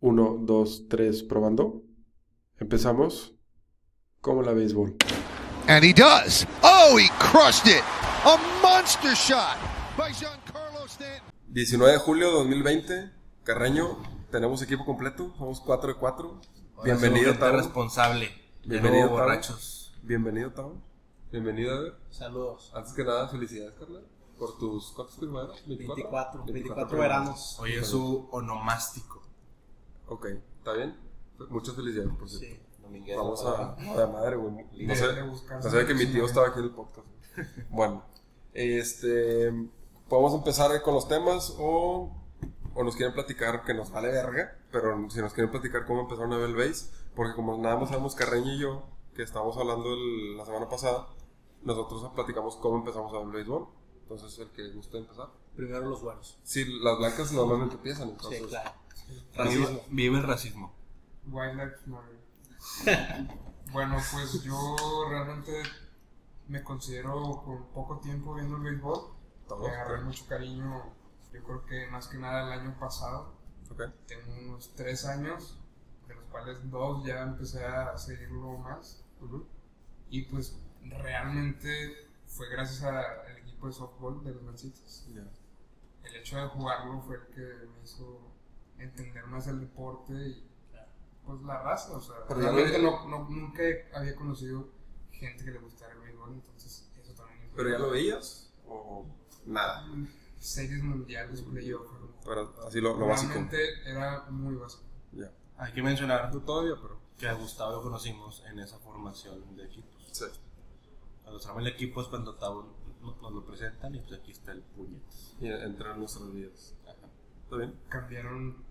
1, 2, 3, probando. Empezamos. Como la béisbol. And he does. Oh, he crushed it. A monster shot by Giancarlo Stanton. 19 de julio de 2020. Carreño, tenemos equipo completo. Somos 4 de 4. Ahora Bienvenido, somos gente Tavo. responsable. Bienvenido, Bienvenido, Tavo. borrachos. Bienvenido, Tavo. Bienvenido, Ever. Saludos. Antes que nada, felicidades, carnal. Por tus cuántos primaveras? 24, 24, primaveras. veranos. Hoy es su onomástico. Ok, ¿está bien? Muchas felicidades, por cierto. Sí. Vamos a. a la madre, güey. No sé, no sabía que mi tío estaba aquí en el podcast. Bueno, este. Podemos empezar con los temas o. O nos quieren platicar, que nos vale verga, pero si nos quieren platicar cómo empezaron a ver el base, porque como nada más sabemos Carreño y yo, que estábamos hablando el- la semana pasada, nosotros platicamos cómo empezamos a ver el béisbol. Entonces, el que guste empezar. Primero los buenos. Sí, las blancas normalmente empiezan, entonces. Sí, claro. Vive, vive el racismo. White Lives Matter. bueno, pues yo realmente me considero con poco tiempo viendo el béisbol. Todos, Le agarré claro. mucho cariño, yo creo que más que nada el año pasado. Ok. Tengo unos tres años, de los cuales dos ya empecé a seguirlo más. Y pues realmente fue gracias a- al equipo de softball de los Mancitos Ya. el hecho de jugarlo fue el que me hizo entender más el deporte y pues la raza, o sea, Pero ya realmente lo- no, no- nunca había conocido gente que le gustara el béisbol, entonces eso también influyó. ¿Pero ya lo veías? ¿O nada? Series mundiales, playoff, a lo mejor. Pero Pues, así lo, lo básico. realmente era muy básico. Ya. Hay que mencionar No todavía, pero. que a Gustavo lo conocimos en esa formación de equipos. Sí. Cuando estamos el equipo es cuando Tavo no- nos lo presentan y pues aquí está el puñetas. Y entrar en nuestras vidas. Ajá. ¿Está bien? Cambiaron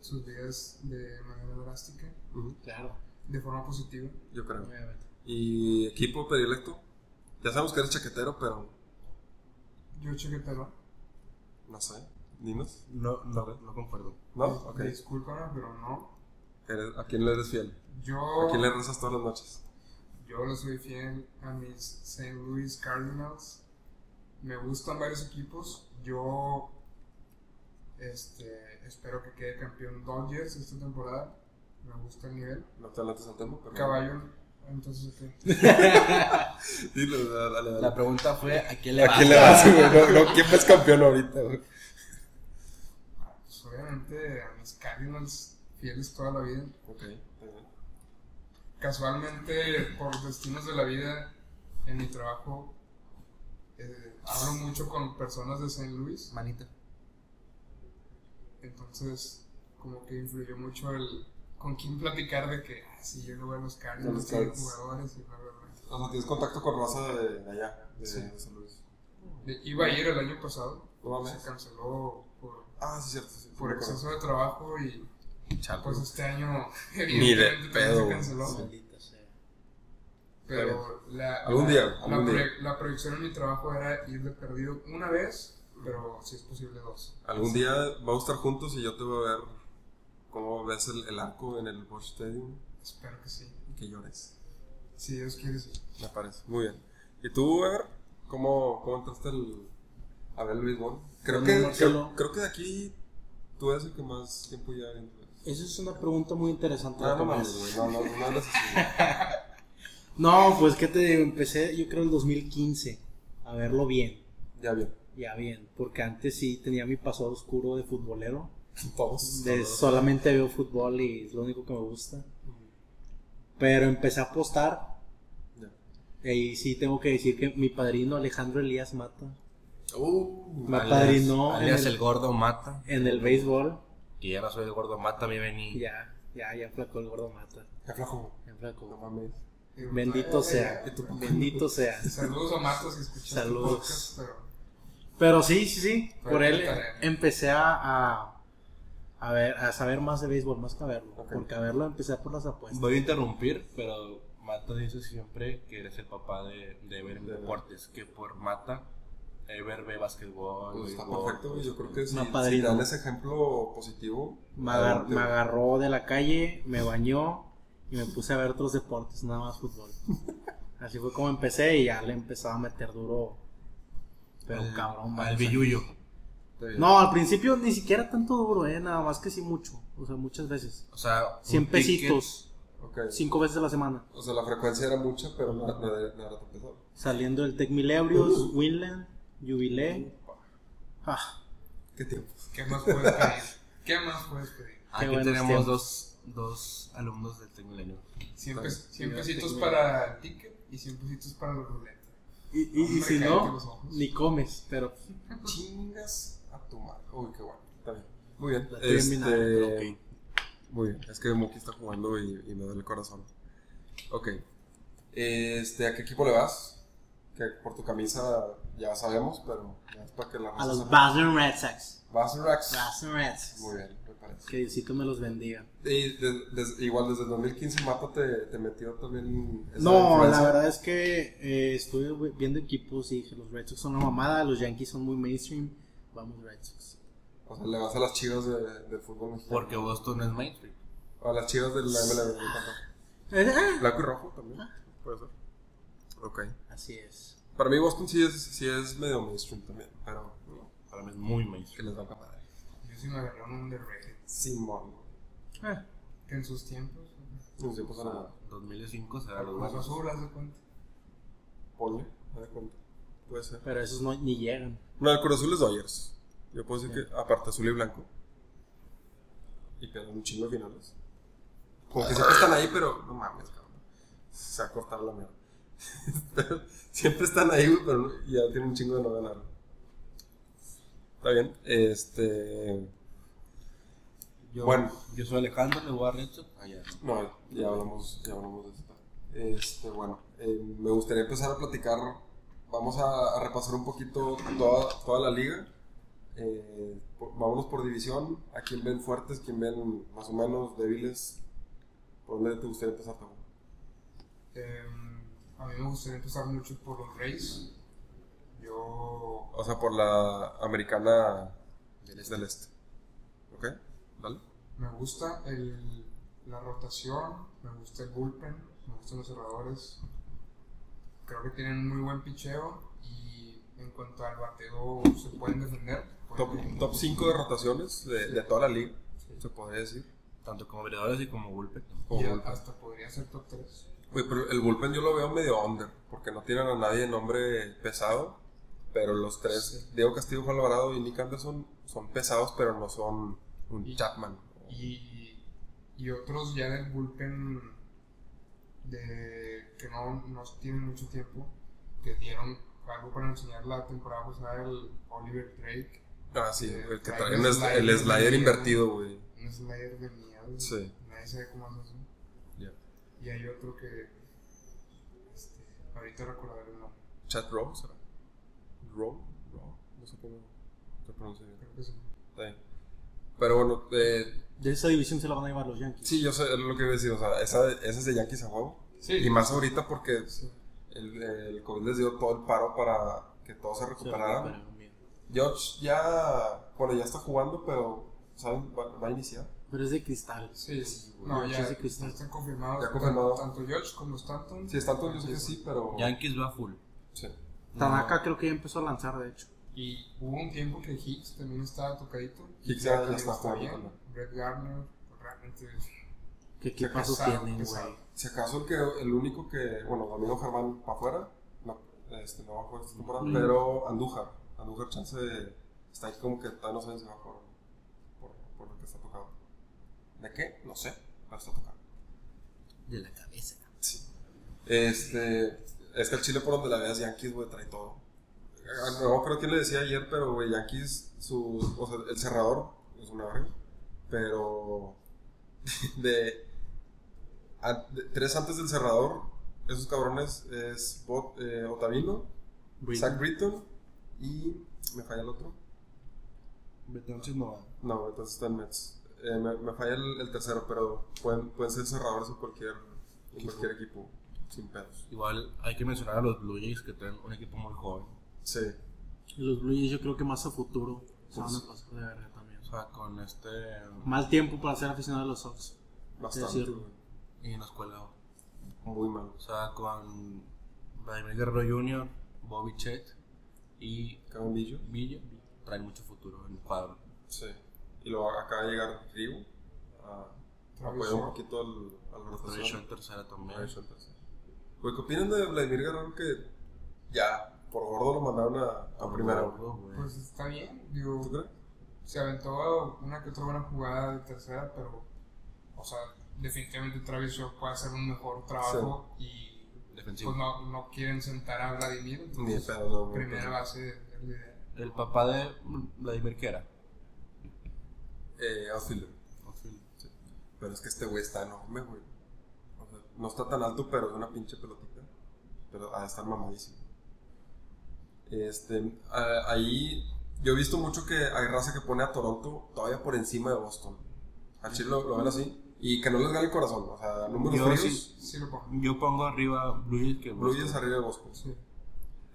sus vidas de manera drástica, Ujú, Claro, de forma positiva. Yo creo. obviamente. ¿Y equipo predilecto? Ya sabemos que eres chaquetero, pero. Yo chaquetero, No sé. Dinos. No, no, no concuerdo. ¿No? Ok. discúlpame, pero no. Eres- ¿A quién le eres fiel? Yo, ¿A quién le rezas todas las noches? Yo le soy fiel a mis St. Louis Cardinals. Me gustan varios equipos. Yo este, espero que quede campeón Dodgers esta temporada. Me gusta el nivel. No te adelantes al tema, pero. Caballo, entonces, ¿qué? Dilo, dale, dale. La pregunta fue: ¿a quién le ¿A vas? quién le vas, güey? No, no, ¿Quién es campeón ahorita, güey? Ah, pues, obviamente a mis Cardinals fieles toda la vida. Ok. está bien. Casualmente, por destinos de la vida, en mi trabajo, eh, hablo mucho con personas de St. Louis. Manita. Entonces, como que influyó mucho el con quién platicar de que, ah, sí, yo lo veo a los A Cardinals, los sí, de Cardinals. jugadores y bla, bla, bla. O sea, tienes contacto con raza de de allá, de de San Luis. De- Iba a ir el año pasado, No mames. se canceló por, Ah, sí, cierto. Sí, por me acuerdo. exceso de trabajo y Chalo. pues este año Ni de evidentemente también pedo, se canceló. Maldita sea. Pero la, Algún día, la, algún día. pre- la proyección en mi trabajo era ir de perdido una vez, pero si es posible dos. Algún día vamos a estar juntos y yo te voy a ver cómo ves el, el arco en el Bosch Stadium Espero que sí. y que llores. Si Dios quiere, sí. Me parece. Muy bien. ¿Y tú, Ever? ¿Cómo, cómo entraste al, a ver el béisbol? Creo Con que, el creo, Marcelo. creo que de aquí tú eres el que más tiempo lleva viendo. Esa es una pregunta muy interesante. Ah, No, no Tomás. mames, güey. No, no, no eres así, güey. No, pues que te digo? empecé yo creo en 2015 a verlo bien, Ya bien. ya bien, porque antes sí tenía mi pasado oscuro de futbolero, Todos. de solamente veo fútbol y es lo único que me gusta. Pero empecé a apostar Ya. y ahí sí tengo que decir que mi padrino Alejandro Elías Mata Uh, Me alias- apadrinó en Alias el- el... gordo mata. en el béisbol, Que ya no soy el gordo mata, me vení. ya, ya, ya flacó el gordo Mata, Qué flojo. ya No flacó. mames. Y- Eh, Bendito sea, bendito sea. Saludos a Marcos que escuchas este Saludos. podcast, pero... Pero sí, sí, sí. Fue Por él tarea. empecé a, a, a ver, a saber más de béisbol, más que a verlo. Ok. Porque a verlo empecé por las apuestas. Voy a interrumpir, pero Mata dice siempre que eres el papá de, de Ever en De Ever. deportes, que por Mata, Ever ve básquetbol, Pues está béisbol, perfecto, güey. Yo creo que si, Una si padrino. dan ese ejemplo positivo. me, agar- adelante, me güey. agarró de la calle, me bañó y me puse a ver otros deportes, nada más fútbol. Así fue como empecé y ya le empezaba a meter duro. Pero al- cabrón, al varios años. billuyo. Está bien. No, al principio ni siquiera tanto duro, eh, nada más que sí mucho. O sea, muchas veces. O sea, un 100 ticket- pesitos, Ok. 5 veces a la semana. O sea, la frecuencia era mucha, pero no, no era no era tan pesado. Saliendo del Tec Milebrios, Winland, Jubilé. Ah, ¿Qué tiempos? pues, ¿Qué más puedes pedir? ¿Qué más puedes pedir? Aquí buenos tenemos tiempos. dos, dos alumnos del Tecmilenio. 100, Está bien. pesitos para el ticket y 100 pesitos para la ruleta. y, y- y Hombre, si cállate los no, ojos. ni comes, pero Chingas a tu madre. Uy, qué bueno. Está bien. Muy bien. La estoy Este, envenenando, pero Muy bien. Es que Moki está jugando y, y me duele el corazón. Ok. Este, ¿a qué equipo le vas? Que por tu camisa ya sabemos, pero ya es para que la a raza los sepa. Basel Red Sox. Vas Rax. Basel Red Sox. Muy bien, me parece. Que Diosito me los bendiga. Y de- des- igual desde el 2015 Mata te, te metió también. esa No, influencia. la verdad es que eh, estuve vi- viendo equipos y dije, los Red Sox son una mamada, los Yankees son muy mainstream, vamos Red Sox. O sea, le vas a las chivas de- del fútbol mexicano. Porque Boston es mainstream. O a las chivas del MLB. tampoco. Ah, Blanco y rojo también. Puede ser. Ok. Así es. Para mí Boston sí es, sí es medio mainstream también, pero no, Para mí es muy que mainstream. les valga madre. Yo sí me agarré un underrated. Simón. Ah, Que en sus tiempos, Nos tiempos a O sea, la 2005 será los los buenos. azul, haz de cuenta. Ponle, a ver cuánto. Puede ser. pero esos no, ni llegan. No, el Cruz Azul es Dodgers. Yo puedo decir que aparte azul y blanco. Y pierden un chingo de finales. Como que siempre están ahí, pero no mames, cabrón. Se ha cortado la mierda. siempre están ahí, güey, pero no- ya tienen un chingo de no ganar. Está bien. Este. Yo, Bueno. yo soy Alejandro, le voy a Red Sox. Allá. No, ya hablamos, ya hablamos de esto. Este, bueno, eh, me gustaría empezar a platicar. Vamos a, a repasar un poquito toda, toda la liga. Eh, por- vámonos por división. A quién ven fuertes, quién ven más o menos débiles. ¿Por dónde te gustaría empezar, Tabo? Eh, a mí me gustaría empezar mucho por los Rays. Yo O sea, por la americana del este. ¿Ok? ¿Vale? me gusta el, la rotación, me gusta el bullpen, me gustan los cerradores. Creo que tienen muy buen picheo y en cuanto al bateo se pueden defender. pueden- Top 5 de rotaciones de, de toda la liga, se podría decir. Tanto como abridores y como golpe. Como y bullpen. hasta podría ser top 3. Güey, pero el bullpen yo lo veo medio under, porque no tienen a nadie de nombre pesado, pero los tres, Diego Castillo, Juan Alvarado y Nick Anderson, son pesados, pero no son un Y- Chapman. y, y otros ya del bullpen de, que no, no tienen mucho tiempo, que dieron algo para enseñar la temporada pasada el Oliver Drake, Ah, sí, Eh, el que trae trae el un es- slider el slider invertido. invertido, güey. un slider de miedo, Sí. nadie sabe cómo hace eso. Ya. Y hay otro que este, ahorita recordaré el nombre, Chad Rowe, ¿será? Rowe, Rowe, no sé cómo se pronuncia bien. creo que sí. Está bien. Pero bueno, eh, De esa división se la van a llevar los Yankees. sí, yo sé es lo que iba a decir, o sea, esa, esa es de Yankees a juego. Sí. Y más ahorita porque Sí. el, el COVID les dio todo el paro para que todos se Se la recuperaran. recuperaron bien. George ya, bueno, ya está jugando, pero ¿saben? Va, va a iniciar. Pero es de cristal. Sí, no, George ya, es de cristal. están confirmados Ya confirmado. tanto tanto George como Stanton. Si está todo, yo sé que sí, pero. Yankees va full. Sí. Tanaka creo que ya empezó a lanzar, de hecho. Y hubo un tiempo que Hicks también estaba tocadito. Hicks ya- ya también está jugando bien. también. Brett Garner, realmente. Ah, ¿Qué equipazos pesado, tienen, pesado. güey? Si acaso el, que, el único que. Bueno, Domingo Germán para afuera. No, este, no va a jugar esta temporada, Mm. pero Andújar. Andújar chance está ahí como que todavía no saben si va a jugar por, por lo que está tocado. ¿De qué? No sé, pero está tocado. De la cabeza. Este. Es que el Chile por donde la veas, Yankees, güey, trae todo. Ah, No creo que le decía ayer, pero, güey, Yankees, su, o sea, el cerrador es una verga. Pero. De, a- de- Tres antes del cerrador, esos cabrones es Bot, eh, Otavino, Britton. Zach Britton y. Me falla el otro. No, entonces está en Mets. Eh, me, me falla el, el tercero, pero pueden, pueden ser cerradores en cualquier, en cualquier equipo, sin pedos. Igual hay que mencionar a los Blue Jays que tienen un equipo muy joven. Sí. Los Blue Jays yo creo que más a futuro se van Pues- a pasar de verga también. O sea, con este. Mal tiempo para ser aficionado a los Sox. Bastante, decirlo. güey. Y en la escuela. O Muy malo. sea, con Vladimir Guerrero Jr., Bobby Chet y Cagambillo. Villa. Traen mucho futuro en el cuadro. Sí. Y luego acaba de llegar Rigo. a, a Travis apoyar un Shaw. poquito al, al Travis Shaw rotación. en tercera también. Travis Shaw, entonces. pues. Güey, ¿qué opinan de Vladimir Guerrero que ya por gordo lo mandaron a, a primera? güey? Gordo, güey. Pues está bien, digo, ¿Tú crees? se aventó una que otra buena jugada de tercera, pero, o sea, definitivamente Travis Shaw puede hacer un mejor trabajo y Defensivo. pues no, no quieren sentar a Vladimir, Ni de entonces pedo, no, pues. güey. primera base es la idea. El papá de Vladimir, ¿qué era? Eh, outfielder. Pero es que este güey está enorme, güey. O sea, no está tan alto, pero es una pinche pelotita. Pero ha de estar mamadísimo. Este, a- ahí yo he visto mucho que hay raza que pone a Toronto todavía por encima de Boston. Al Chile lo, lo ven así. Y que no les gane el corazón. O sea, números Yo fríos, sí. Sí lo pongo. Yo pongo arriba Blue Jays que Blue Jays Boston. arriba de Boston. Sí.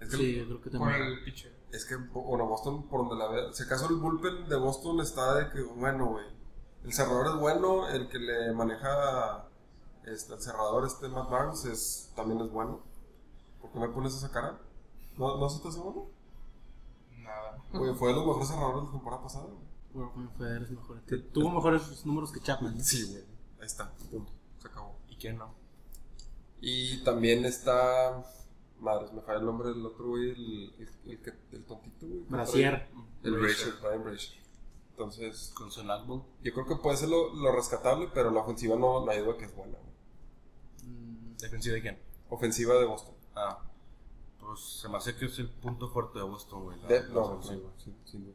Es que, Sí, yo creo que Por también. el pitcher. es que, bueno, Boston, por donde la vea. Si acaso el bullpen de Boston está de que, bueno, güey. El cerrador es bueno, el que le maneja este, el cerrador, este Matt Barnes, es, también es bueno. ¿Por qué me pones esa cara? ¿No, no se te hace bueno? Nada. Güey, fue de los mejores cerradores de la temporada pasada. güey. Warren Federer es mejor. Te- Tuvo mejores números que Chapman. Sí, güey. Ahí está, punto. Se acabó. ¿Y quién no? Y también está. Madres, me falla el nombre del otro, güey. El, el, el, que- el tontito, güey. que Brasier. trae- El Brazier, Brian Brazier. Entonces. Con su Nagbo. Yo creo que puede ser lo, lo rescatable, pero la ofensiva no, no hay duda que es buena. güey. Mm, ¿Defensiva de quién? Ofensiva de Boston. Ah. Pues se me hace que es el punto fuerte de Boston, güey. la- De, la Ah, no, ofensiva. ofensiva, sí, sin duda.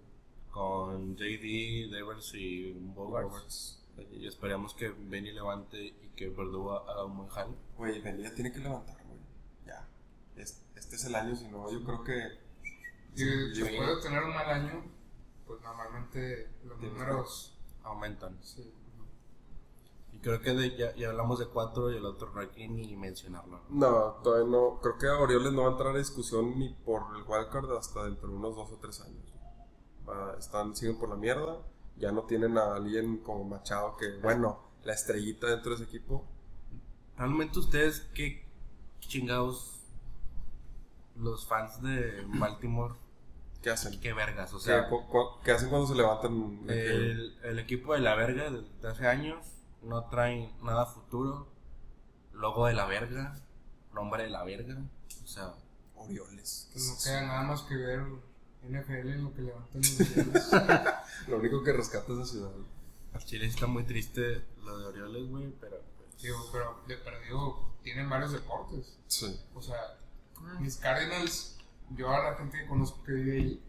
Con JD, Devers y Bogarts. Roberts. Y esperamos que Benny levante y que Verdugo haga un buen jale. Güey, Belia tiene que levantar, güey. Ya. Es- este es el año, si no, yo creo que. Y después güey. de tener un mal año, pues normalmente los Tienes números. Aumentan. Sí. Y creo que de- ya, ya hablamos de cuatro y el otro no hay que ni mencionarlo. ¿no? No, todavía no. Creo que Orioles no va a entrar a discusión ni por el wildcard hasta dentro de unos dos o tres años. güey. Va- están, siguen por la mierda. Ya no tienen a alguien como Machado que, bueno, la estrellita dentro de ese equipo. Realmente ustedes, qué chingados los fans de Baltimore, ¿Qué hacen? Eh, qué vergas, o O sea, sea, cu- cu- ¿Qué hacen cuando se levantan? de que- el, el equipo de la verga desde hace años no traen nada futuro, logo de la verga, nombre de la verga, o sea, Orioles. Pues no queda nada más que ver NFL en lo que levantan los días. Lo único que rescata es la ciudad. al Chile está muy triste lo de Orioles, güey, pero pues, Digo, pero de perdido tienen varios deportes. Sí. O sea, mis Cardinals, yo a la gente que conozco que vive ahí,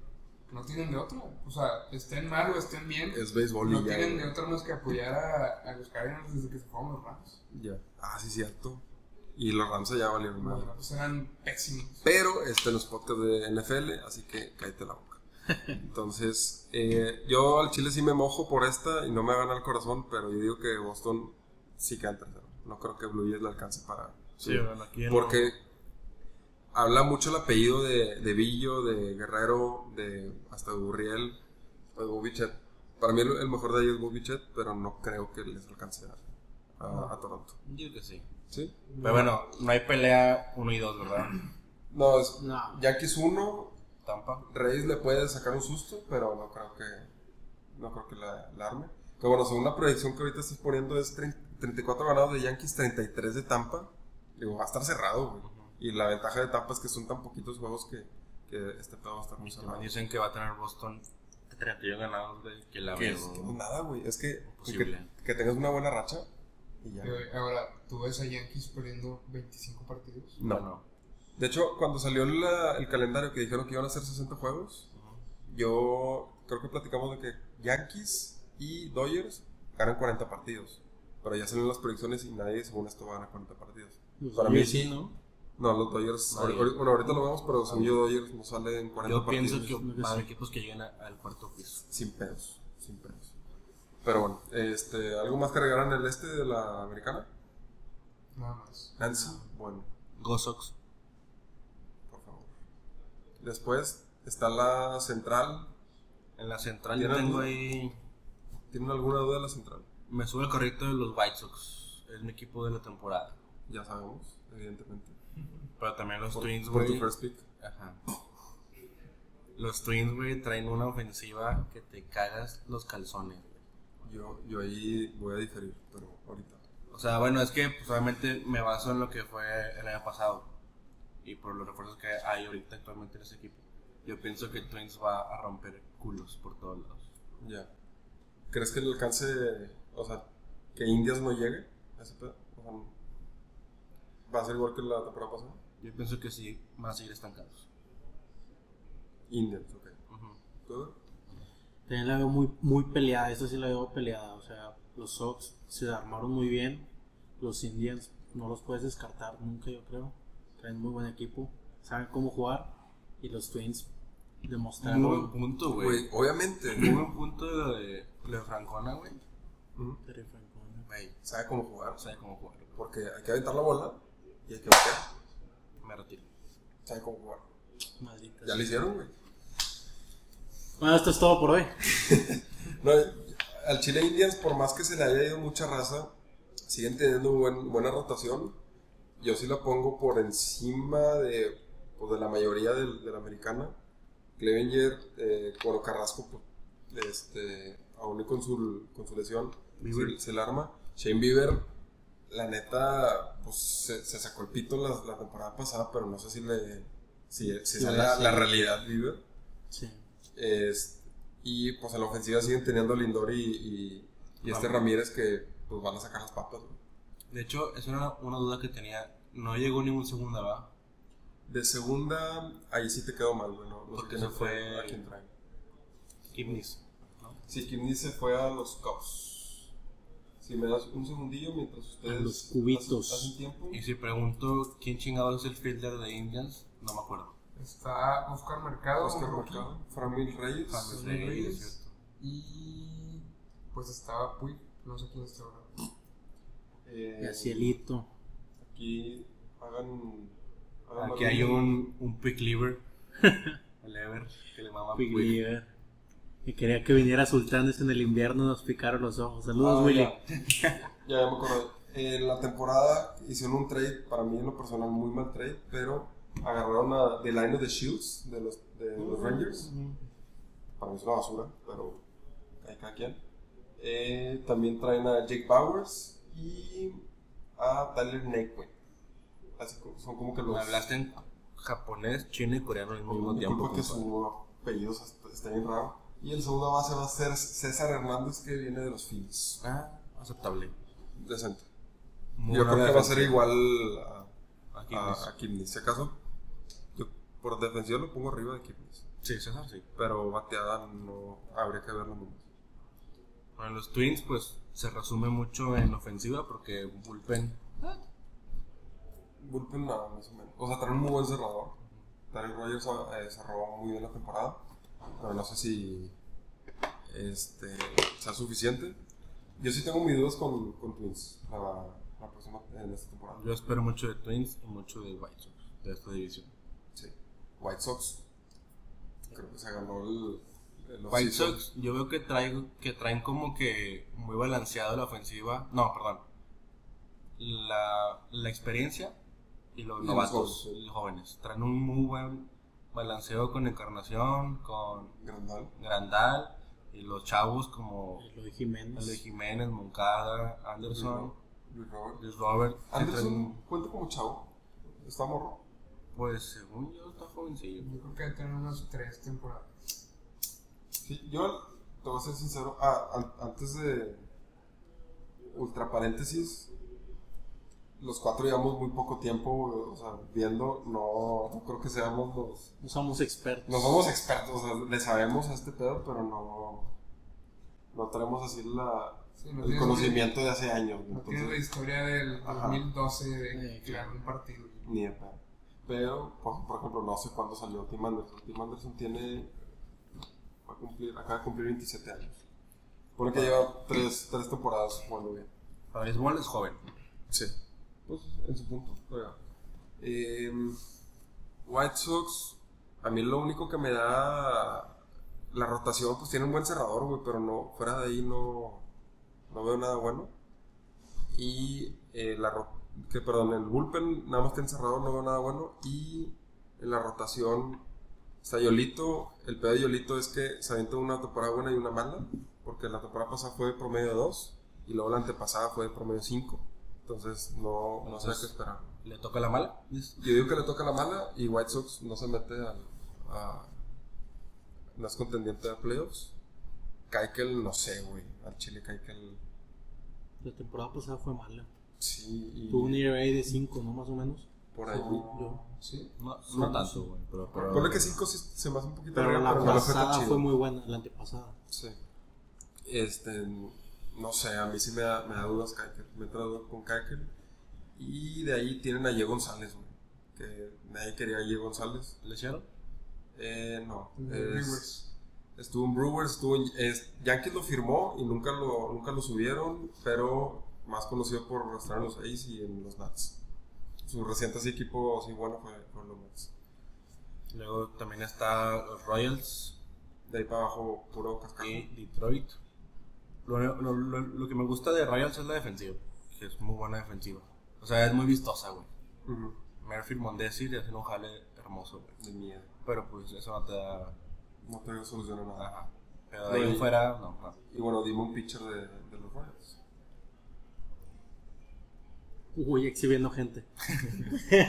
no tienen de otra. O sea, estén mal o estén bien, Es béisbol no y ya. tienen de güey. otra más que apoyar a, a los Cardinals desde que se fueron los Rams. Ya. Ah, sí, cierto. Y los Rams ya valieron Los madre. Rams eran pésimos. Pero este los podcasts de NFL, así que cállate la boca. Entonces, eh, yo al Chile sí me mojo por esta y no me gana el corazón, pero yo digo que Boston sí queda en tercero. No creo que Blue Jays le alcance para. sí, bueno, aquí ya no- Porque habla mucho el apellido de, de Villo, de Guerrero, de hasta de Gurriel, o de Bobichet. Para mí el, el mejor de ellos es Bobichet, pero no creo que les alcance a, a- a Toronto. Yo que sí. ¿Sí? Pero bueno, no hay pelea 1 y 2, ¿verdad? No, es, No. Yankees 1, Tampa. Reyes le puede sacar un susto, pero no creo que, no creo que la, la arme. Pero bueno, según la predicción que ahorita estás poniendo es 30 34 ganados de Yankees, 33 de Tampa. Digo, va a estar cerrado, güey. Y la ventaja de Tampa es que son tan poquitos juegos que, que este pedo va a estar muy cerrado. También dicen que va a tener Boston 31 ganados, güey, que la Que veo. es que no es nada, güey. Es que, que, Imposible. que tengas una buena racha y ya. Y Eh, Ahora, tú ves a Yankees perdiendo 25 partidos. No. De hecho, cuando salió la- el calendario que dijeron que iban a ser 60 juegos, yo creo que platicamos de que Yankees y Dodgers ganan 40 partidos. Pero ya salen las predicciones y nadie, según esto, va a ganar 40 partidos. Para mí sí. ¿no? No, los Dodgers. Pues Nadie. ahori- Bueno, ahorita lo vemos, pero según yo, Dodgers no salen 40 Yo partidos. pienso que Creo que va a haber sí. equipos que lleguen a- al cuarto piso. Sin pedos. Sin pedos. Pero bueno, este, ¿algo más que agregar en el este de la americana? Nada más. Nancy. Bueno. Gosox. por favor. Después está la central. En la central ¿Tienen yo tengo duda? ahí. ¿Tienen alguna duda de la central? Me sube el correcto de los White Sox. Es mi equipo de la temporada. Ya sabemos, evidentemente. Pero también los Por, Twins, por güey. tu first pick. Ajá. Los Twins, güey, traen una ofensiva que te cagas los calzones, güey. Yo, yo ahí voy a diferir, pero ahorita. O sea, bueno, es que pues, obviamente me baso en lo que fue el año pasado y por los refuerzos que hay ahorita actualmente en ese equipo. Yo pienso que Twins va a romper culos por todos lados. Ya. ¿Crees que el alcance, o sea, que Indias no llegue a ese pedo? O sea, ¿Va a ser igual que la temporada pasada? Yo pienso que sí, van a seguir estancados. Indias, ok. ¿Tú? También la veo muy, muy peleada, esta sí la veo peleada. O sea, los Sox se armaron muy bien. Los Indians no los puedes descartar nunca, yo creo. Traen muy buen equipo, saben cómo jugar. Y los Twins demostraron. Muy buen punto, güey. Güey, obviamente. Muy buen punto de lo de, lo de Francona, güey. Terry Francona. Güey, Sabe cómo jugar. no sabe cómo jugar. güey. Porque hay que aventar la bola y hay que batear. Me retiro. Sabe cómo jugar. Maldita Ya sea. lo hicieron, güey. Bueno, esto es todo por hoy. No, al Chile Indians, por más que se le haya ido mucha raza, siguen teniendo buen- buena rotación. Yo sí la pongo por encima de, pues, de la mayoría del, de la americana. Clevenger, eh, Coro Carrasco, pues, este, aún con su, con su lesión, se, se la arma. Shane Bieber, la neta, pues se, se sacó el pito la, la temporada pasada, pero no sé si le... Si, si sea la, la realidad, Bieber. Sí. Es- y pues en la ofensiva siguen teniendo Lindor y, y- y este Ramírez que pues van a sacar las papas. güey. De hecho, esa era una duda que tenía. No llegó ningún segunda, ¿va? De segunda, ahí sí te quedó mal, güey. No, no sé Porque quién se fue fue- a quién traen. Kipnis. Sí, Kimni se fue a los Cubs. Si me das un segundillo mientras ustedes. los cubitos. hacen- hacen tiempo. Y si pregunto quién chingado es el fielder de Indians, no me acuerdo. Está Oscar Mercado, Oscar un rookie, Mercado, Framil Reyes. Framil Sonny Reyes, Reyes, es cierto. y pues estaba Puig, no sé quién está ahora. Eh, Y a Cielito. Aquí hagan. hagan algún- Aquí hay un, un pick lever. El ever, que le mama Big Puig. League. Que quería que viniera Sultanes en el invierno, nos picaron los ojos. Saludos, Ah, Willy. ya. Ya, ya me acordé. En la temporada hicieron un trade, para mí en lo personal muy mal trade, pero agarraron a The Line of the Shields de los, de los Rangers. Para mí es una basura, pero hay cada quien. Eh, también traen a Jake Bowers y a Tyler Naquin. Así como- son como que los... Me hablaste en japonés, chino y coreano al Por mismo tiempo. que compa. su apellido está- está bien raro. Y el segundo base va a ser César Hernández, que viene de los Phillies. Ah, aceptable. Decente. Muy Yo buena creo que va a defensa. ser igual a, Aquí a, Luis. a Kipnis. Si acaso, yo por defensiva lo pongo arriba de Kipnis. Sí, César, sí. Pero bateada no habría que verlo nomás. Bueno, los Twins, pues se resume mucho en ofensiva porque bullpen. Bullpen nada, más o menos. O sea, trae un muy buen cerrador. Darryl Rogers eh, cerró muy bien la temporada. Pero no sé si este, sea suficiente. Yo sí tengo mis dudas con, con Twins la, la próxima en esta temporada. Yo espero mucho de Twins y mucho de White Sox, de esta división. Sí. White Sox. Creo que se ganó el. el White offseason. Sox, yo veo que traen, que traen como que muy balanceado la ofensiva. No, perdón. La, la experiencia y los Y los novatos, jóvenes. los jóvenes. Traen un muy buen balanceo con Encarnación, con Grandal. Grandal y los chavos como Eloy Jiménez. Ale Jiménez, Moncada, Anderson, Luis Robert. Luis Robert. Anderson entran- cuenta como chavo. Está morro. pues según yo está jovencillo. Yo creo que debe tener unas tres temporadas. Sí, yo te voy a ser sincero. Ah, an- antes de. Ultra paréntesis. Los cuatro llevamos muy poco tiempo, o sea, viendo, no, no creo que seamos los... No somos expertos. No somos expertos, o sea, le sabemos a este pedo, pero no... No tenemos así la, Sí, no el tienes- conocimiento de hace años. No tienes la entonces- historia del Ajá. 2012 de Sí, crear un partido. Ni de pedo. Pero, por, por ejemplo, no sé cuándo salió Tim Anderson. Tim Anderson tiene. Va a cumplir, acaba de cumplir 27 años. Porque lleva tres, tres temporadas jugando bien. Para béisbol es joven. Sí. Pues en su punto. Oiga. Eh, White Sox, a mí lo único que me da la rotación, pues tiene un buen cerrador, güey, pero no, fuera de ahí no, no veo nada bueno. Y eh, la ro- que perdón, el bullpen nada más tiene cerrador, no veo nada bueno. Y en la rotación está Yolito. El pedo de Yolito es que se avienta una temporada buena y una mala. porque la temporada pasada fue de promedio 2 y luego la antepasada fue de promedio 5. Entonces no, no sé qué Entonces- esperar. ¿Le toca la mala? Yo digo que le toca la mala y White Sox no se mete al- a, no es contendiente a playoffs. Keikel, no sé, güey. Al Chile Keikel. La temporada pasada fue mala. Sí, y Tuvo un ERA de 5, ¿no? Más o menos. por ahí. Yo. Sí. No, no tanto, güey. Pero, pero- Ponle que 5 se me hace un poquito Pero larga, la pero no le tan pasada chido. fue muy buena, la antepasada. Sí. Este, no sé, a mí sí me da, me da dudas Kaiker. Me entra duda con Kaiker. Y de ahí tienen a Ye González, güey. Que nadie quería a Ye González. ¿Le echaron? Eh, no. es- Brewers. estuvo en Brewers, estuvo en. es- Yankees lo firmó y nunca lo, nunca lo subieron, pero más conocido por estar en los A's y en los Nats. Su reciente así equipo, sí, bueno, fue, fue los Nats. Luego también está los Royals De ahí para abajo, puro cascajo. y Detroit. Lo, lo- lo- lo que me gusta de Royals es la defensiva, que es muy buena defensiva. O sea, es muy vistosa, güey. Ujú, Murphy Mondesi le hacen un jale hermoso, güey. De miedo. Pero pues eso no te da. No te soluciona nada. Ajá. Pero de ahí No, en y- fuera, no, no. Y bueno, dime un pitcher de, de los Royals. Uy, exhibiendo gente.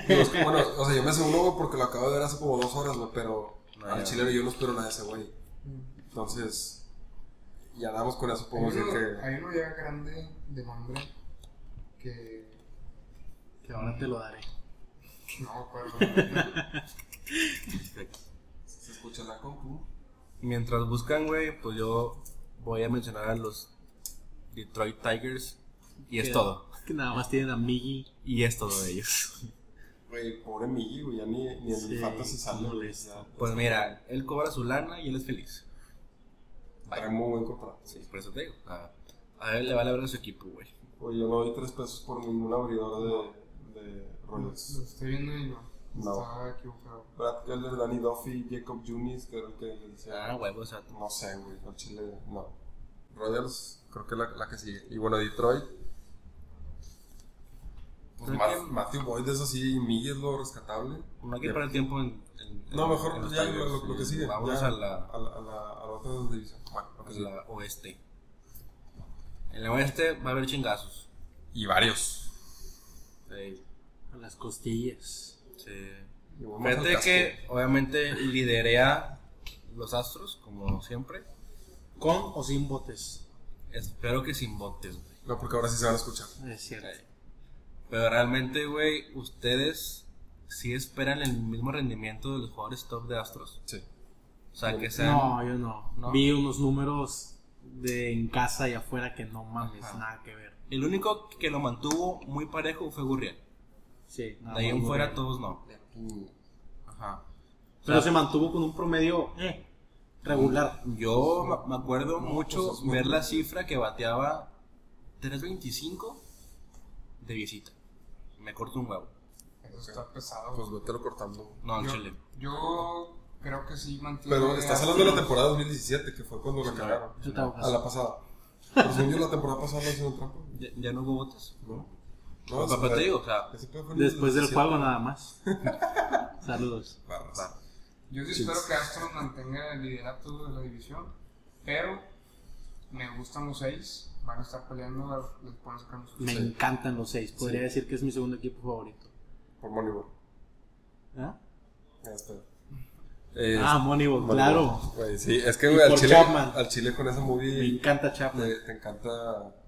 Digo, es que, bueno, o sea, yo me sé uno güey, porque lo acabo de ver hace como dos horas, güey, pero No, al ya. chileno yo no espero nada de ese güey. Mm. Entonces, ya damos con eso, Hay podemos decir uno, que... hay uno ya grande de nombre que. Que ahora te lo daré. No, perdón. ¿Se escucha la concu? Mientras buscan, güey, pues yo voy a mencionar a los Detroit Tigers. Y es Que- todo. Que nada más tienen a Miggy. Y es todo de ellos. Güey, pobre Miggy, güey, ya ni, ni en Sí, el fantasy sale. güey, ya. Pues mira, él cobra su lana y él es feliz. Trae muy buen contrato. Sí, por eso te digo. A, a él le vale ver a su equipo, güey. Oye, yo no doy tres pesos por ningún abridor de, de Lo Royals. estoy viendo y no. No. Estaba equivocado. Brad Keller, Danny Duffy, Jacob Junis, que era el que le decía... Ah, huevo, o sea, No sé, güey, al Chile no. Royals, creo que la, la que sigue. Y bueno, Detroit. Pues Creo Ma- que- Matthew Boyd es así, Miguel es lo rescatable. no hay que Ya- perder tiempo en. en- No, en- mejor en pues los ya Tigers, lo, lo sí. que sigue. Vámonos ya, a la, a la, a la, a la otra división. Bueno, lo que a sigue. la oeste. En la oeste va a haber chingazos. Eh, Y varios. Sí. A las costillas. sí. Y vamos al Fíjate casco. que obviamente lideré a los Astros, como siempre. Con o sin botes. Espero que sin botes, güey. No, porque ahora sí se van a escuchar. Es cierto. Pero realmente, güey, ustedes sí esperan el mismo rendimiento de los jugadores top de Astros. Sí. O sea, que sean... No, yo no. No. Vi unos números de en casa y afuera que no mames, Ajá. nada que ver. El único que lo mantuvo muy parejo fue Gurriel. Sí, nada De ahí en más Ah, muy fuera bien. todos no. Mm. Ajá. Pero se mantuvo con un promedio eh, regular. Yo me- me acuerdo mucho pues es muy ver la bueno. cifra que bateaba 3.25 de visita. Me corto un huevo. Eso está pesado. Pues vete lo cortando. No, al yo, chile. yo creo que sí mantiene. Pero estás hablando de la temporada 2017, que fue cuando la cagaron. Yo te hago A la caso. pasada. Pero según yo, la temporada pasada no hicieron trampa. güey. ¿Ya, ya no hubo botes? No. No, ese papá, te pedo- Pues, digo, o sea, ese pedo fue en el Después del 17. juego nada más. Saludos. Barras. Va. Yo sí Sí. espero que Astros mantenga el liderato de la división, pero me gustan los seis, van a estar peleando, les pueden sacar muchos Me puntos. encantan los seis. Podría Sí. decir que es mi segundo equipo favorito. Por Moneyball. ¿Ah? Ya está. Eh, ah, Moneyball, claro. Güey, sí, es que Y güey, al por Chile, Chapman. al Chile con esa Me movie encanta Chapman. te, te encanta,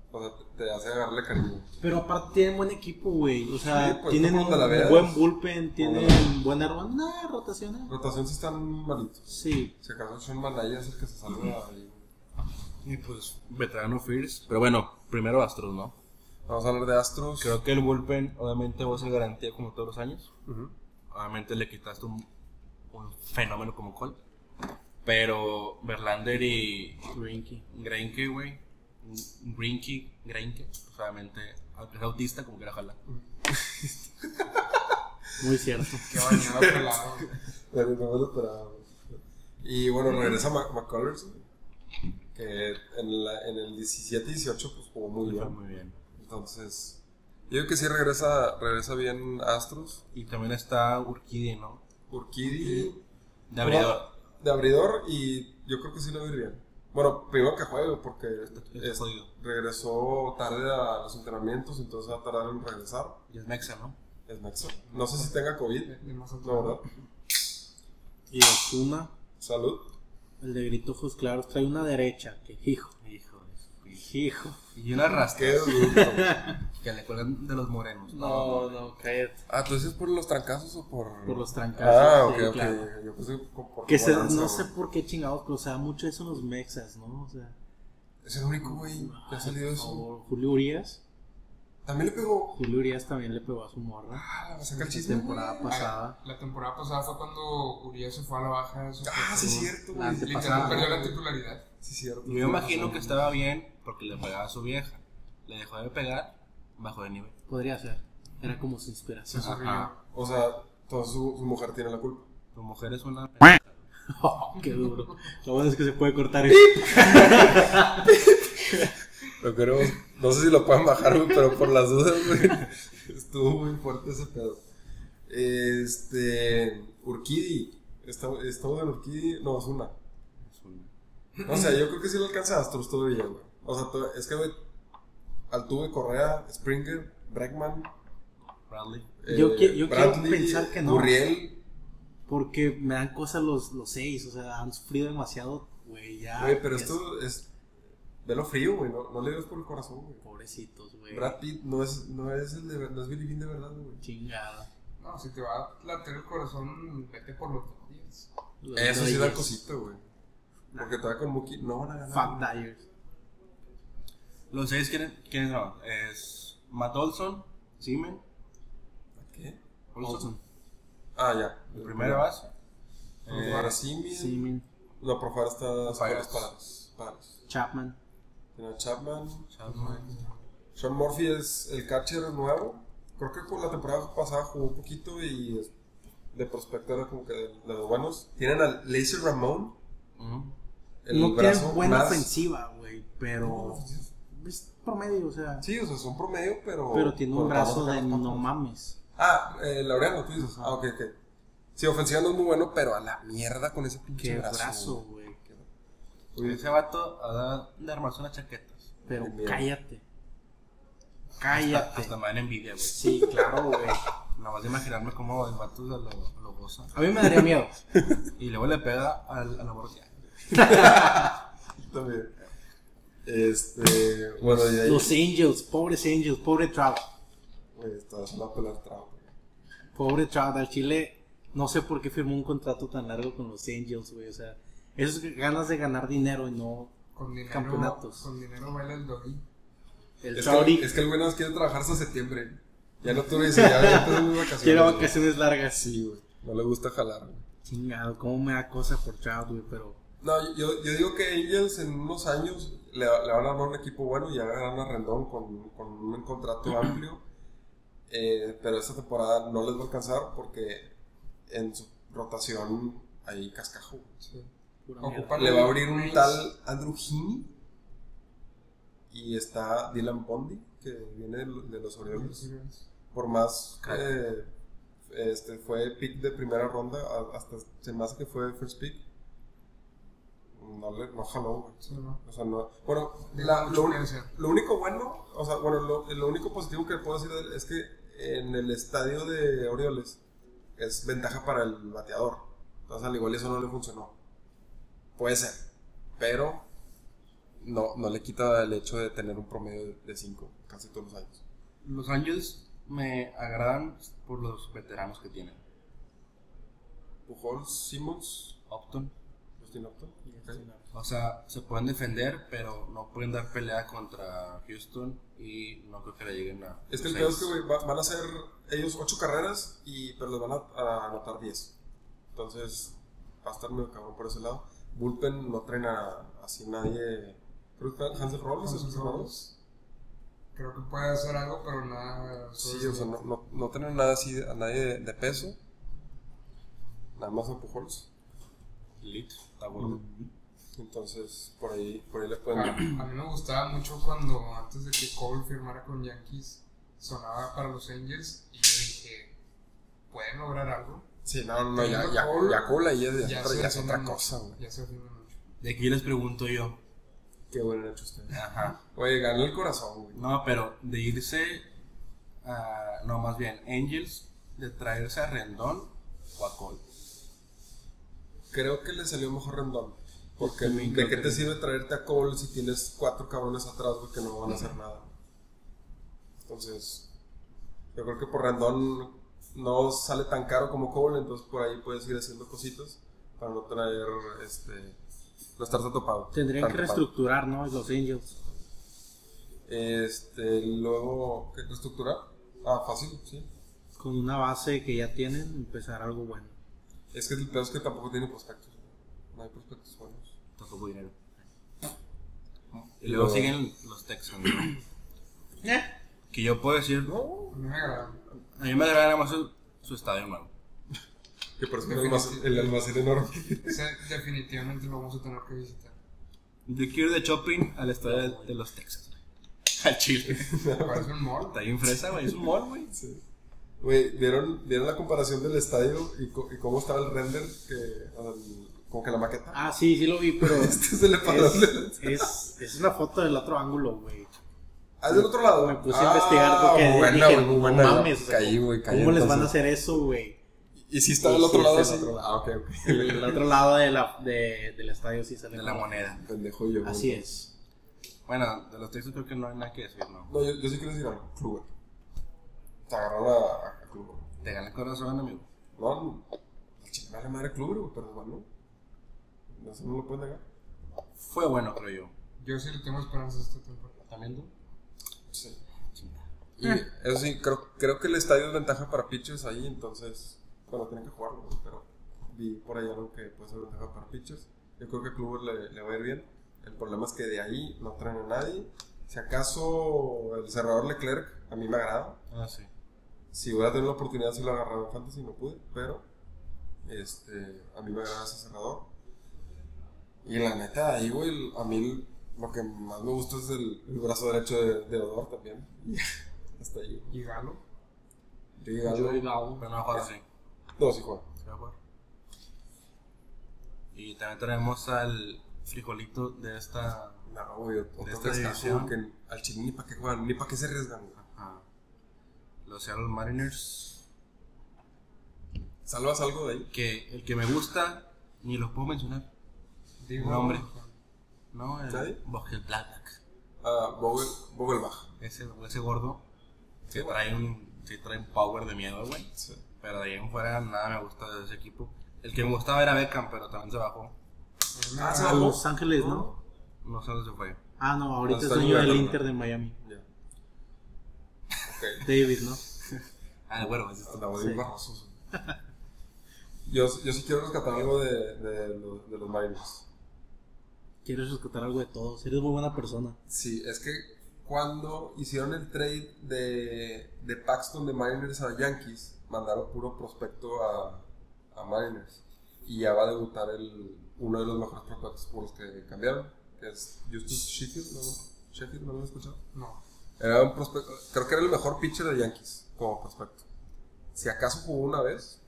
o sea, te, te hace agarrarle cariño. Pero aparte tienen buen equipo, güey. O sea, Sí, pues, tienen ¿cómo te la un veas? buen bullpen, tienen la buena ronda, nah, rotaciones. Rotación sí están malitos. Sí, Si acaso Sean Manaya es el que se salva ahí. Y pues, veterano Fierce. Pero bueno, primero Astros, ¿no? Vamos a hablar de Astros. Creo que el bullpen, obviamente, va a ser garantía como todos los años. Ujú. Obviamente le quitaste un, un fenómeno como Cole. Pero Verlander y Greinke. Greinke, güey. Greinke, Greinke. pues, obviamente, aunque sea autista, como que la jala. Muy cierto. Qué bañado pelado. Pero no me lo esperaba. güey. Y bueno, regresa Mac McCullers, güey, que en, la- en el 17-18 pues, jugó muy Le fue bien. Muy bien. Entonces, yo creo que sí regresa, regresa bien Astros. Y también está Urquidi, ¿no? Urquidi De abridor. De abridor y yo creo que sí lo va a ir bien. Bueno, primero que juegue, porque Está es- jodido. regresó tarde a los entrenamientos, entonces va a tardar en regresar. Y es Mexa, ¿no? Es Mexa. No sé si tenga COVID, de Mazatlán. la verdad. Y Osuna, Salud. el de grito ojos claros, trae una derecha. Que hijo, Hijo de su pinche- hijo. Y una rasca Qué duro. que le cuelgan de los morenos. No, no, cállate. Ah, ¿tú dices por los trancazos o por...? Por los trancazos. Ah, ok, sí, ok. claro. Yo pensé por... por Que se, bonanza, no güey. sé por qué chingados, pero o sea, mucho eso en los mexas, ¿no? O sea, Es el único, güey, que ha ay, salido por eso. favor, Julio Urias. También le pegó... Julio Urias también le pegó a su morra. Ah, saca el La chisme, temporada güey. pasada. Ah, La temporada pasada fue cuando Urias se fue a la baja. se Ah, sí es fue- cierto, La güey. antepasada. Literal, pasada, perdió güey. la titularidad. Sí es cierto. Yo me imagino que estaba bien porque le pegaba a su vieja. Le dejó de pegar, bajó de nivel. Podría ser. Era como su inspiración. Ajá. O sea, toda su, su mujer tiene la culpa. Tu mujer es una. Oh, qué duro. Lo bueno es que se puede cortar eso. Lo queremos... No sé si lo pueden bajar, güey, pero por las dudas, güey. Estuvo muy fuerte ese pedo. Este... Urquidi. Está- Estamos en Urquidi... No, es una. Es una- O sea, yo creo que sí lo alcanza Astros todavía, güey. O sea, to- es que, güey, Altuve, Correa, Springer, Bregman, eh, Bradley. Yo qui- yo quiero pensar que no. Gurriel, Porque me dan cosas los, los seis. O sea, han sufrido demasiado. Güey, ya. güey, pero ya esto es... Velo frío, güey, no, no le ves por el corazón, güey. Pobrecitos, güey. Brad Pitt no es, no es, el de, ver- no es Billy Bean de verdad, güey. Chingada. No, si te va a latir el corazón, vete por los dos días. Los Eso sí da Dodgers. cosito, güey. Porque todavía con Mookie no van a ganar. Fuck güey. Dyers. Los seis, ¿quiénes quiénes no? Es Matt Olson, Simen, ¿Qué? Olson, Ah, ya. el primera base. Profar Simi. Seaman, No, Profar está... Palos. Palos. Palos. Chapman. Tiene a Chapman. Sean Murphy es el catcher nuevo. Creo que con la temporada pasada jugó un poquito y es- de prospecto era como que de, de los buenos. Tienen al Laser Ramón, Ujú. el no brazo tienen buena más- pues, ofensiva, güey. Pero. Es promedio, o sea. Sí, o sea, son promedio, pero. Pero tiene un pero brazo vamos a de sacar los no tacos. mames. Ah, eh, Laureano, tú dices. Ah, ok, ok. Sí, ofensiva no es muy bueno, pero a la mierda con ese pinche Qué brazo. brazo, güey. Uy, Ese vato ha de armarse unas chaquetas. Pero Bien. cállate. Hasta, Cállate. hasta me dan envidia, güey. Sí, claro, güey. Nada más de imaginarme cómo el vato lo, lo goza. A mí me daría miedo. Y luego le pega al, a la borja. también. Este. Bueno, y ahí. Los Angels, pobres Angels, pobre Trout. Güey, esta es la pelar traba, güey. Pobre Trout, al Chile. No sé por qué firmó un contrato tan largo con los Angels, güey. O sea, esas ganas de ganar dinero y no. Con dinero, Campeonatos. Con dinero baila el doggy. El Es Trouty que, es que el güey nada más quiere trabajar hasta septiembre. Ya no tú dices, ya, ya tengo mis vacaciones. quiere güey. vacaciones largas. Sí, güey. No le gusta jalar, güey. Chingado, cómo me da cosa por Trout, güey, pero. No, yo, yo digo que Angels en unos años le, le van a armar un equipo bueno y ya ganan a Rendón con, con un contrato amplio. Eh, pero esta temporada no les va a alcanzar porque en su rotación hay cascajo. güey. Sí. Pura mierda. Ocupan Le va a abrir un Mays. tal Andrew Heaney y está Dylan Bondi, que viene de lo- de los Orioles. por más que este, fue pick de primera ronda, a- hasta se me hace que fue first pick, no, le, no jaló, güey. Sí, no. O sea, no. Bueno, la- lo, un- Experiencia. lo único bueno, o sea, bueno, lo, lo único positivo que puedo decir de él es que en el estadio de Orioles es ventaja para el bateador. Entonces, al igual eso no le funcionó. Puede ser, pero no, no le quita el hecho de tener un promedio de 5 casi todos los años. Los Angels me agradan por los veteranos que tienen. Pujols, Simmons, Upton. Justin Upton. ok. O sea, se pueden defender, pero no pueden dar pelea contra Houston y no creo que le lleguen a. Es que el los peor es seis. que güey, va- van a hacer ellos ocho carreras, y, pero les van a, a anotar 10. Entonces va a estar medio cabrón por ese lado. Bullpen no traen a así nadie. Creo que Hansel Robles es el Hansel cerrador. Robles. Creo que puede hacer algo, pero nada. Sí, o sea, no, no, no tienen nada así, a nadie de, de peso. Nada más a Pujols. Elite, está bueno. Entonces por ahí, por ahí le A, pueden dar. a mí me gustaba mucho cuando antes de que Cole firmara con Yankees sonaba para los Angels y yo dije, ¿pueden lograr algo? Sí, no, no, no, ya, ya, ya, Cole ahí es- ya, es otra- ya es otra cosa, güey. Ya se ofende mucho. De aquí les pregunto yo: Qué bueno han hecho ustedes. Ajá. Oye, ganó el corazón, güey. No, pero de irse. a- no, más bien, Angels de traerse a Rendón o a Cole. Creo que le salió mejor Rendón. Porque Yo también ¿de creo qué que te sí. sirve traerte a Cole si tienes cuatro cabrones atrás, güey, que no van a hacer nada? Entonces, yo creo que por Rendón no sale tan caro como Cole, entonces por ahí puedes ir haciendo cositas para no traer, este, no estar tan topado. Tendrían tan que topado. reestructurar, ¿no? Los Angels. Este, luego, ¿qué reestructurar? Ah, fácil, sí. Con una base que ya tienen, empezar algo bueno. Es que el peor es que tampoco tiene prospectos. No hay prospectos buenos. Tampoco dinero. Y luego Lo- siguen los Texans, ¿no? Que yo puedo decir, No, A mí me agradaron. a mí me agrada más su, su estadio nuevo. que por eso el almacén, el almacén enorme. Ese definitivamente lo vamos a tener que visitar. Yo quiero ir de shopping al estadio de, de los Texans. Al Chile. Parece un mall. Está bien fresa, güey. Es un mall, güey. Sí. Güey, ¿vieron, ¿vieron la comparación del estadio y, co- y cómo estaba el render? Que, o sea, el- como que la maqueta. Ah, sí, sí lo vi, pero. Este se le paró. es, es, es una foto del otro ángulo, güey. Ah, del otro lado. Me puse a investigar porque muy buena, dije, güey, muy no buena. mames, o sea, Caí, güey, caí. ¿Cómo les van a entonces. hacer eso, güey? Y si estaba del Sí, otro sí, lado, es el así. otro lado. Ah, ok, ok. El, el otro lado de la, de- del estadio sí sale. De la como- moneda. Pendejo yo. Así güey. es. Bueno, de los Texans creo que no hay nada que decir, ¿no? No, yo, yo sí quiero decir algo. Kluber. Te agarraron a, a Kluber. Te gana el corazón, amigo. No, al chile vale madre Kluber, güey, pero bueno. No sé, no lo pueden negar. Fue bueno, creo yo. Yo sí le tengo esperanza a esta temporada. ¿También tú? Sí. Y eso sí, creo, creo que el estadio es ventaja para pitchers ahí, entonces, bueno, tienen que jugarlo, güey, pero vi por ahí algo que puede ser ventaja para pitchers. Yo creo que a Kluber le, le va a ir bien. El problema es que de ahí no traen a nadie. Si acaso el cerrador Leclerc, a mí me agrada. Ah, sí. Si hubiera tenido la oportunidad, si lo agarraba en Fantasy, no pude, pero este, a mí me agrada ese cerrador. Y la neta, ahí, güey, el- a mí el- lo que más me gusta es el, el brazo derecho de, de Odor también. Hasta ahí. Y Galo. Yo y Galo- Pero no va a jugar así. No, sí juega. Se va a jugar. Y también tenemos al frijolito de esta. No, güey, otro De esta cascajo división. que al chile ni para qué juegan, ni para qué se arriesgan. güey. Ajá. ah, Los Seattle Mariners. ¿Salvas algo de ahí? Que el que me gusta, ni lo puedo mencionar. Digo, Nombre. No, ¿Nadie? el Bogel Black. Ah, Vogel, Vogelbach. Ese, ese gordo. Sí, Que trae un. Sí, trae un power de miedo, güey. Sí. Pero de ahí en fuera nada me gusta de ese equipo. El que me gustaba era Beckham, pero también se bajó. Ah, se A bajó. Los Ángeles, ¿no? No sé dónde se fue. Ah, no, ahorita Hasta es dueño New del York, Inter ¿no? de Miami. Ya. David, ¿no? Ah, bueno, ese está. Andaba Sí. bien barrosos. Yo, yo sí quiero rescatar algo de, de, los- de los Mariners. Quieres rescatar algo de todos. Eres muy buena persona. Sí, es que cuando hicieron el trade de, de Paxton de Mariners a Yankees, mandaron puro prospecto a, a Mariners. Y ya va a debutar el, uno de los mejores prospectos por los que cambiaron, que es Justus Sheffield, ¿no? Sheffield, ¿no lo han escuchado? No. Era un prospecto, creo que era el mejor pitcher de Yankees como prospecto. Si acaso jugó una vez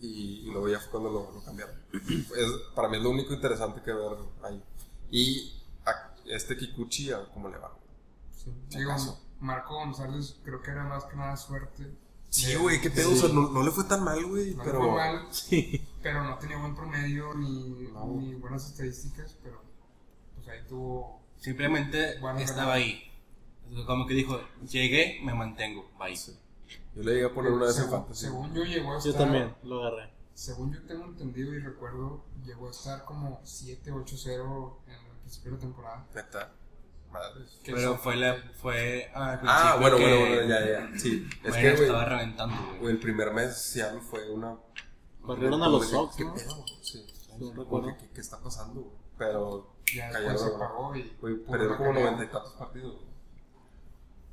y, y luego ya fue cuando lo, lo cambiaron. Es- para mí es lo único interesante que ver ahí. Y a este Kikuchi, a cómo le va. Sí. ¿Qué Digo, pasó? Marco González creo que era más que nada suerte. Sí, güey, qué pedo. O sea, no, no le fue tan mal, güey, No le pero. fue mal, Sí. pero no tenía buen promedio ni, No. ni buenas estadísticas, pero pues ahí tuvo... Simplemente Bueno, estaba ahí. Como que dijo, llegué, me mantengo, bye. Yo le llegué a poner una vez en según, fantasy. según yo llegó a estar... Yo también lo agarré. Según yo tengo entendido y recuerdo, llegó a estar como 7-8-0 en el principio de la temporada. Neta. Madres. Que Pero eso- fue la... Fue Ah, al principio bueno, que bueno, bueno, ya, ya. ya. Sí, es Mariano que, güey, estaba reventando, güey. güey, el primer mes Seattle fue una Barrieron a los Como que, Sox, ¿Qué ¿no? pedo? Sí. No Como recuerdo. que, ¿Qué, qué está pasando? güey? Pero Ya callaron, después se ¿no? apagó y... Güey, puro perdieron como macaneo. noventa y tantos partidos. güey.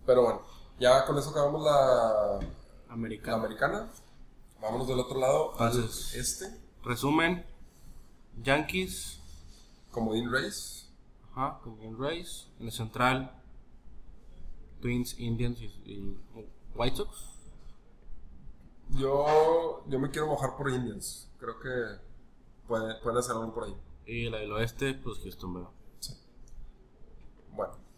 Pero bueno, ya con eso acabamos la, la Americano. americana. Vámonos del otro lado Entonces- al este. Resumen, Yankees, Como Dean Race. ajá, con Game Rays. En el central, Twins, Indians y, y White Sox. Yo, yo me quiero mojar por Indians. Creo que puede- pueden hacer algo por ahí. Y la del oeste, pues Houston, ¿verdad?